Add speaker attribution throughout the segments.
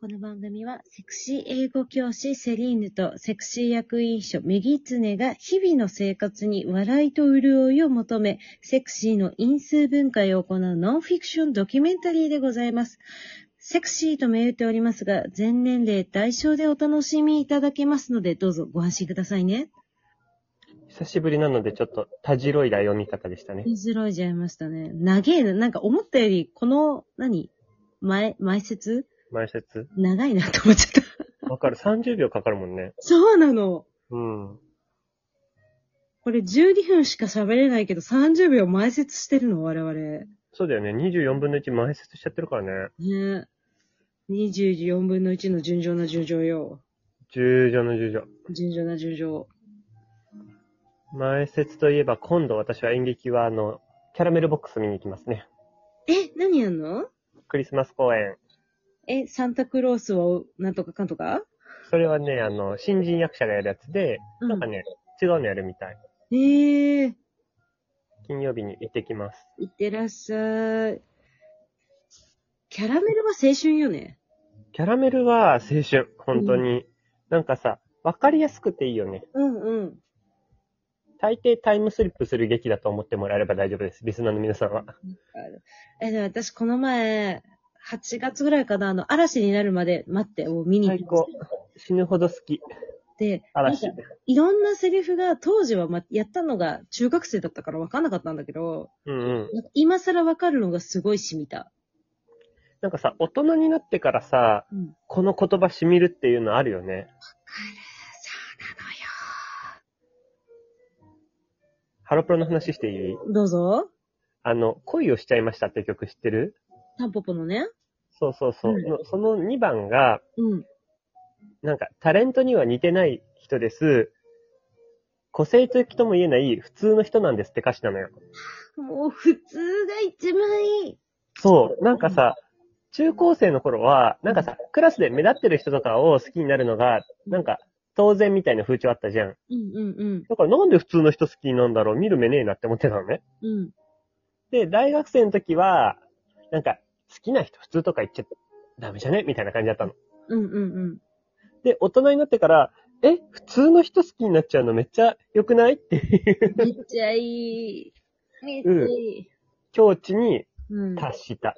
Speaker 1: この番組はセクシー英語教師セリーヌとセクシー役員秘書メギツネが日々の生活に笑いと潤いを求め、セクシーの因数分解を行うノンフィクションドキュメンタリーでございます。セクシーと銘打っておりますが、全年齢対象でお楽しみいただけますので、どうぞご安心くださいね。
Speaker 2: 久しぶりなので、ちょっと、たじろいだ読み方でしたね。
Speaker 1: 言いづらいちゃいましたね。長えな。なんか思ったより、この、何前、前説
Speaker 2: 前説。
Speaker 1: 長いなと思っちゃった。
Speaker 2: わかる。30秒かかるもんね。
Speaker 1: そうなの。
Speaker 2: うん。
Speaker 1: これ12分しか喋れないけど30秒前説してるの我々。ね
Speaker 2: そうだよね。24分の1前説しちゃってるからね。
Speaker 1: 24分の1の順調な順調よ。
Speaker 2: 十条の十条。
Speaker 1: 順調な順調。
Speaker 2: 前説といえば、今度私は演劇は、あの、キャラメルボックス見に行きますね。
Speaker 1: え、何やんの
Speaker 2: クリスマス公演。
Speaker 1: え、サンタクロースはなんとかかんとか
Speaker 2: それはね、あの、新人役者がやるやつで、
Speaker 1: な
Speaker 2: なんか。ね、違うのやるみたい。
Speaker 1: ええー、
Speaker 2: 金曜日に行ってきます。
Speaker 1: いってらっしゃい。キャラメルは青春よね。
Speaker 2: キャラメルは青春。本当に。なんかさ、わかりやすくていいよね。
Speaker 1: うんうん。
Speaker 2: 大抵タイムスリップする劇だと思ってもらえれば大丈夫です。リスナーの皆さんは。
Speaker 1: え、でも私この前、8月ぐらいかな、あの、嵐になるまで待って、を見に行
Speaker 2: 最
Speaker 1: きまし
Speaker 2: 高。死ぬほど好き。
Speaker 1: たで、
Speaker 2: 嵐
Speaker 1: なん。いろんなセリフが、当時は、ま、やったのが中学生だったから分かんなかったんだけど、
Speaker 2: うんうん。
Speaker 1: なんか今更分かるのがすごい染みた。
Speaker 2: なんかさ、大人になってからさ、
Speaker 1: うん
Speaker 2: この言葉染みるっていうのあるよね。ハロプロの話していい
Speaker 1: どうぞ。
Speaker 2: あの、恋をしちゃいましたって曲知ってる
Speaker 1: タンポポのね。
Speaker 2: そうそうそう。
Speaker 1: うん
Speaker 2: のその2番が、
Speaker 1: うん。
Speaker 2: なんか、タレントには似てない人です。個性的とも言えない普通の人なんですって歌詞なのよ。
Speaker 1: もう普通が一番いい。
Speaker 2: そう。なんかさ、中高生の頃は、なんかさ、クラスで目立ってる人とかを好きになるのが、なんか、当然みたいな風潮あったじゃん。
Speaker 1: うんうん
Speaker 2: だからなんで普通の人好きなんだろう見る目ねえなって思ってたのね。
Speaker 1: うん。うん。
Speaker 2: で、大学生の時は、なんか、好きな人普通とか言っちゃダメじゃねみたいな感じだったの。
Speaker 1: うんうんうん。
Speaker 2: で、大人になってから、え、普通の人好きになっちゃうのめっちゃ良くないっていう
Speaker 1: めっちゃいい。めっちゃいい。
Speaker 2: 境地に
Speaker 1: うん。
Speaker 2: 達した。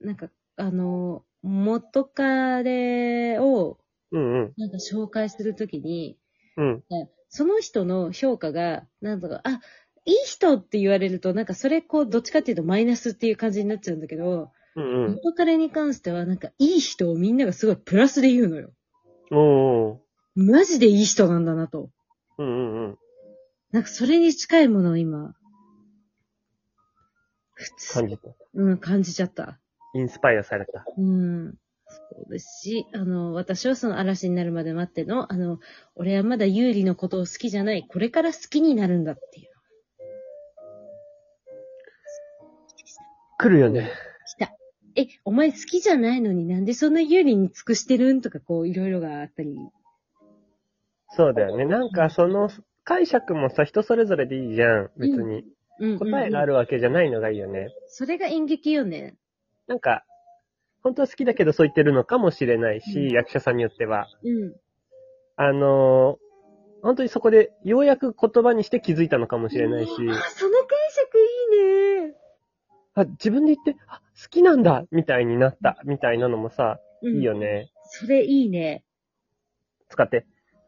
Speaker 1: なんか、あの、元彼を、
Speaker 2: うんうん。
Speaker 1: なんか紹介するときに、
Speaker 2: うん。
Speaker 1: その人の評価が、なんとか、あ、いい人って言われると、なんかそれこう、どっちかっていうとマイナスっていう感じになっちゃうんだけど、
Speaker 2: うんうん。
Speaker 1: 元彼に関しては、なんかいい人をみんながすごいプラスで言うのよ。
Speaker 2: おー。
Speaker 1: マジでいい人なんだなと。
Speaker 2: うんうんうん。
Speaker 1: なんかそれに近いものを今、普通、
Speaker 2: 感じた。
Speaker 1: うん、感じちゃった。
Speaker 2: インスパイアされた。
Speaker 1: うん。そうですし、あの、私はその嵐になるまで待っての、あの、俺はまだ有利のことを好きじゃない、これから好きになるんだっていう。
Speaker 2: 来るよね。
Speaker 1: え、お前好きじゃないのになんでそんな有利に尽くしてるんとかこういろいろがあったり。
Speaker 2: そうだよね。なんかその解釈もさ、人それぞれでいいじゃん。別に。
Speaker 1: うん、うん。
Speaker 2: 答えがあ
Speaker 1: る。
Speaker 2: るわけじゃないのがいいよね。
Speaker 1: それが演劇よね。
Speaker 2: なんか、本当は好きだけどそう言ってるのかもしれない
Speaker 1: う
Speaker 2: し、
Speaker 1: ん
Speaker 2: 役者さんによっては。
Speaker 1: うん。
Speaker 2: あのー本当にそこでようやく言葉にして気づいたのかもしれないし、
Speaker 1: あ、その解釈いいね。
Speaker 2: あ、自分で言って、あ、好きなんだみたいになった、みたいなのもさ、
Speaker 1: う
Speaker 2: い
Speaker 1: ん。
Speaker 2: いよ。ね。
Speaker 1: それいいね。
Speaker 2: 使って。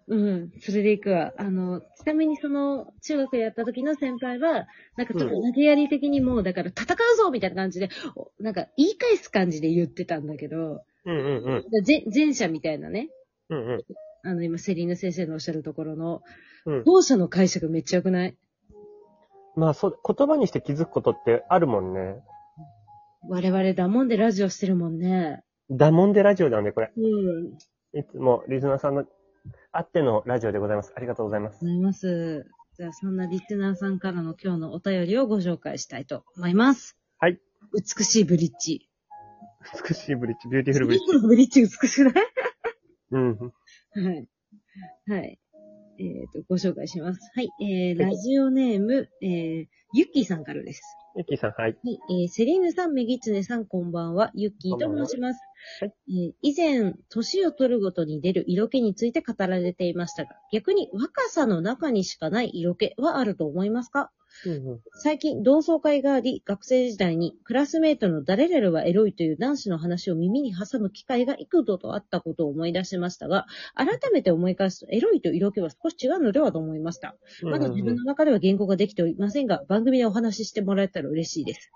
Speaker 1: うん。それでいくわ。あの、ちなみにその、中学やった時の先輩は、なんかちょっと投げやり的にもう、だから戦うぞみたいな感じで、おなんか言い返す感じで言ってたんだけど、
Speaker 2: うんうんうん。
Speaker 1: 前前者みたいなね。
Speaker 2: うんうん。
Speaker 1: あの、今、セリーヌ先生のおっしゃるところの、
Speaker 2: うん
Speaker 1: 後者の解釈めっちゃ良くない
Speaker 2: まあ、そう、言葉にして気づくことってあるもんね。
Speaker 1: 我々だもんでラジオしてるもんね。
Speaker 2: ダモンデラジオなんで、これ。
Speaker 1: うん。ご
Speaker 2: いつもリスナーさんのあってのラジオでございます。ありがとうございます。
Speaker 1: ざいます。じゃあ、そんなリスナーさんからの今日のお便りをご紹介したいと思います。
Speaker 2: はい。
Speaker 1: 美しいブリッジ。
Speaker 2: 美しいブリッジ、ビューティフルブリッジ。
Speaker 1: ブリッジ美しくない
Speaker 2: うん。
Speaker 1: はい。 はい。えっ、と、ご紹介します。はい。えー、
Speaker 2: はい
Speaker 1: ラジオネーム、えー、ゆっきーさんからです。
Speaker 2: ゆきさん、はい。
Speaker 1: はい、えーセリーヌさん、メギツネさん、こんばんは。ユッキーと申します。
Speaker 2: こんばんは
Speaker 1: えー以前、年を取るごとに出る色気について語られていましたが、逆に若さの中にしかない色気はあると思いますか
Speaker 2: うんうん
Speaker 1: 最近、同窓会があり、学生時代にクラスメイトの誰々はエロいという男子の話を耳に挟む機会が幾度とあったことを思い出しましたが、改めて思い返すと、エロいと色気は少し違うのではと思いました。まだ自分の中では言語ができておりませんが、番組でお話ししてもらえたら嬉しいです。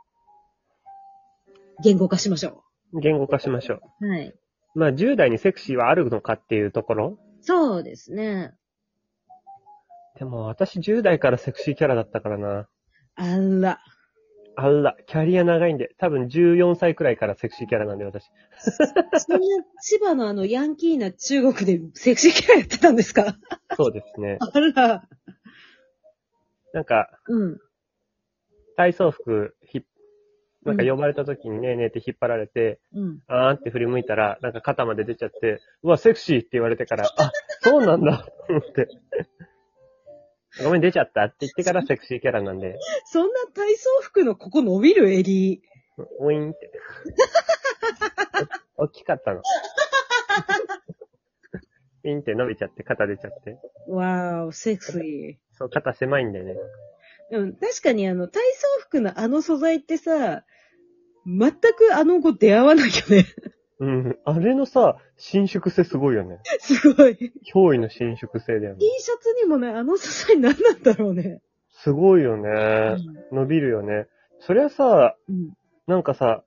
Speaker 1: 言語化しましょ
Speaker 2: 言語化しましょう。
Speaker 1: う。はい。
Speaker 2: まあ、10代にセクシーはあるのかっていうところ。
Speaker 1: そうですね。
Speaker 2: でも、私10代からセクシーキャラだったからな。
Speaker 1: あら。
Speaker 2: あら、キャリア長いんで、多分14歳くらいからセクシーキャラなんで、私。
Speaker 1: そんな千葉のあのヤンキーな中国でセクシーキャラやってたんですか
Speaker 2: そうですね。
Speaker 1: あら。
Speaker 2: なんか、
Speaker 1: うん。
Speaker 2: 体操服、ひ、なんか呼ばれた時にね、ねえって引っ張られて、
Speaker 1: うん。
Speaker 2: あーんって振り向いたら、なんか肩まで出ちゃって、うわ、セクシーって言われてから、あ、そうなんだ、と思って。ごめん、出ちゃったって言ってからセクシーキャラなんで、
Speaker 1: そんな体操服のここ伸びる襟。
Speaker 2: ウィーンって。大きかったの。ウィーンって伸びちゃって、肩出ちゃって。
Speaker 1: わーお、セクシー。
Speaker 2: そう、肩狭いんだよね。
Speaker 1: うん、確かにあの、体操服のあの素材ってさ、全くあの子出会わないよね。
Speaker 2: うん。あれのさ、伸縮性すごいよね。
Speaker 1: すごい。
Speaker 2: 驚異の伸縮性だよ
Speaker 1: T
Speaker 2: ね。
Speaker 1: シャツにもね、あの素材何なんだろうね。
Speaker 2: すごいよ
Speaker 1: う
Speaker 2: ね。
Speaker 1: ん
Speaker 2: 伸びるよね。そりゃさ、なんかさ、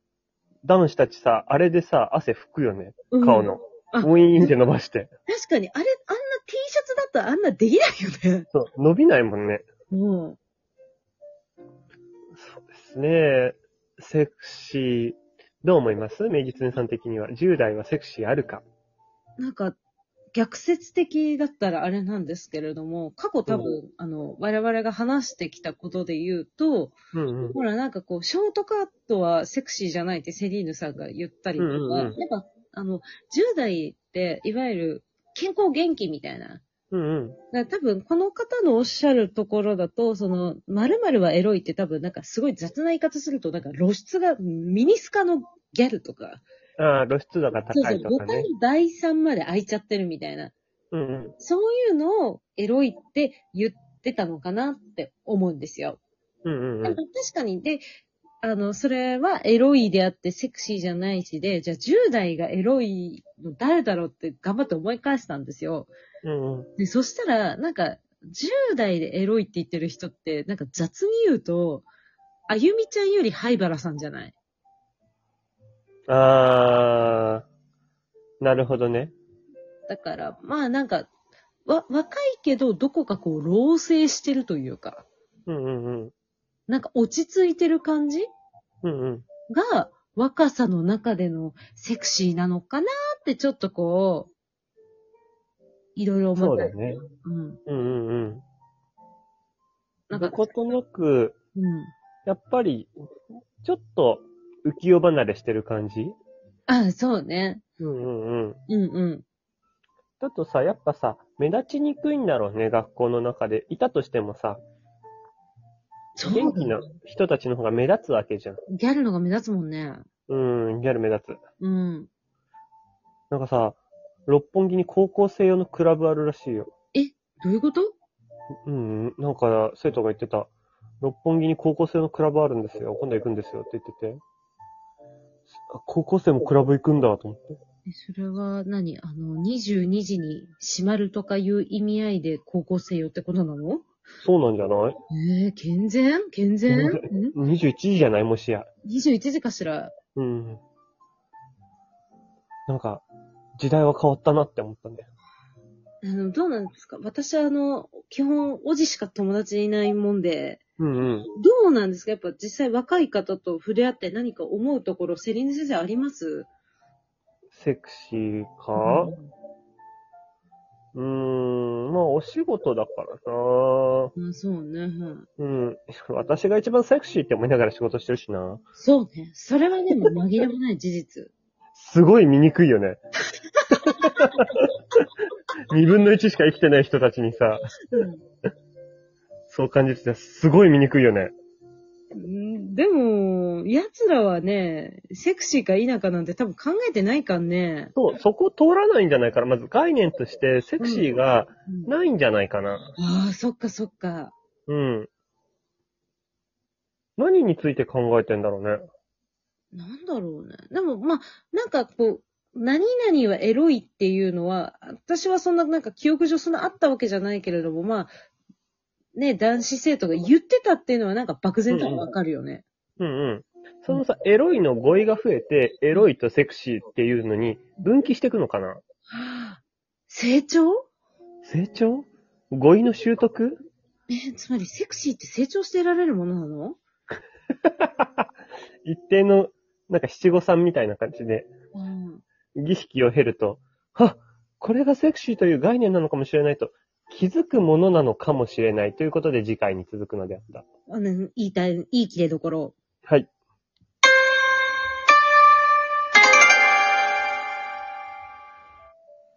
Speaker 2: 男子たちさ、あれでさ、汗拭くよね。
Speaker 1: うん
Speaker 2: 顔の。
Speaker 1: あ
Speaker 2: ウィーンって伸ばして。
Speaker 1: 確かに、あれ、あんな T シャツだったらあんなできないよね。
Speaker 2: そう、伸びないもんね。
Speaker 1: も
Speaker 2: そうですね。セクシー。どう思いますメギツネさん的には。10代はセクシーあるか。
Speaker 1: う、なんか、逆説的だったらあれなんですけれども、過去多分、あの、我々が話してきたことで言うと、
Speaker 2: うんうん。
Speaker 1: ほら、なんかこう、ショートカットはセクシーじゃないってセリーヌさんが言ったりとか、
Speaker 2: うんうんうん
Speaker 1: やっぱ、あの、10代って、いわゆる、健康元気みたいな。
Speaker 2: うんうん。
Speaker 1: だから多分、この方のおっしゃるところだと、その、〇〇はエロいって多分、なんかすごい雑な言い方すると、なんか露出がミニスカのギャルとか、
Speaker 2: ああ、露出度が
Speaker 1: そう
Speaker 2: 高
Speaker 1: そう
Speaker 2: い、と
Speaker 1: ボ
Speaker 2: か
Speaker 1: タン
Speaker 2: ね。
Speaker 1: 第3まで開いちゃってるみたいな。
Speaker 2: うんうん。
Speaker 1: そういうのをエロいって言ってたのかなって思うんですよ。
Speaker 2: うんうん
Speaker 1: で
Speaker 2: う
Speaker 1: も
Speaker 2: ん。
Speaker 1: 確かに、で、あの、それはエロいであってセクシーじゃないしで、じゃあ10代がエロいの誰だろうって頑張って思い返したんですよ。
Speaker 2: うんうん。
Speaker 1: で、そしたら、なんか、10代でエロいって言ってる人って、なんか雑に言うと、あゆみちゃんより灰原さんじゃない
Speaker 2: あー、なるほどね。
Speaker 1: だから、まあなんか、わ、若いけど、どこかこう、老成してるというか、
Speaker 2: うんうんうん。
Speaker 1: なんか落ち着いてる感じ
Speaker 2: うんうん。
Speaker 1: が若さの中でのセクシーなのかなってちょっとこう、いろいろ思
Speaker 2: そ
Speaker 1: っ
Speaker 2: う
Speaker 1: た。
Speaker 2: だね。
Speaker 1: うん。
Speaker 2: うんうんうん。
Speaker 1: なんか、
Speaker 2: どことなく、
Speaker 1: うん。
Speaker 2: やっぱり、ちょっと浮世離れしてる感じ
Speaker 1: あそうね。
Speaker 2: うんうんうん。
Speaker 1: うんうん。
Speaker 2: だとさ、やっぱさ、目立ちにくいんだろうね、学校の中で。いたとしてもさ、
Speaker 1: そう
Speaker 2: 元気な人たちの方が目立つわけじゃん。
Speaker 1: ギャルのが目立つもんね。
Speaker 2: うん、ギャル目立つ。
Speaker 1: うん。
Speaker 2: なんかさ、六本木に高校生用のクラブあるらしいよ。
Speaker 1: どういうこと
Speaker 2: うん、うんなんか生徒が言ってた。六本木に高校生のクラブあるんですよ。今度行くんですよって言ってて。あ高校生もクラブ行くんだと思って。
Speaker 1: えそれは何あの、22時に閉まるとかいう意味合いで高校生よってことなの
Speaker 2: そうなんじゃない
Speaker 1: ええ健全健全ん
Speaker 2: ?21 時じゃないもしや。
Speaker 1: ?21 時かしら
Speaker 2: うん。なんか、時代は変わったなって思ったんだよ。
Speaker 1: あの、どうなんですか私はあの、基本、おじしか友達いないもんで、
Speaker 2: うんうん。
Speaker 1: どうなんですかやっぱ実際若い方と触れ合って何か思うところ、セリーヌ先生あります
Speaker 2: セクシーかうーん、まあお仕事だからな
Speaker 1: うん、あそうね。うん
Speaker 2: うん。私が一番セクシーって思いながら仕事してるしな。
Speaker 1: そうね。それはでも紛れもない事実。
Speaker 2: すごい醜いよ ね。二分の一しか生きてない人たちにさ、
Speaker 1: うん。
Speaker 2: そう感じてたらすごい醜いよね。
Speaker 1: うんでも、奴らはね、セクシーか否かなんて多分考えてないかんね。
Speaker 2: そう、そこ通らないんじゃないかな。まず概念としてセクシーが
Speaker 1: うん
Speaker 2: ないんじゃないかな。
Speaker 1: ああ、そっかそっか。
Speaker 2: うん。何について考えてんだろうね。
Speaker 1: なんだろうね。でも、まあ、なんかこう、何々はエロいっていうのは、私はそんな、なんか記憶上そんなあったわけじゃないけれども、まあ、ね、男子生徒が言ってたっていうのはなんか漠然とわかるよね。
Speaker 2: うんうん。そのさ、エロいの語彙が増えて、エロいとセクシーっていうのに分岐していくのかな
Speaker 1: はあ成長
Speaker 2: 成長語彙の習得
Speaker 1: え、つまりセクシーって成長してられるものなの
Speaker 2: 一定の、なんか七五三みたいな感じで、
Speaker 1: うん。
Speaker 2: 儀式を経ると、あこれがセクシーという概念なのかもしれないと、気づくものなのかもしれないということで次回に続くのであった。
Speaker 1: あの、言いたい、言い切れどころ。
Speaker 2: はい。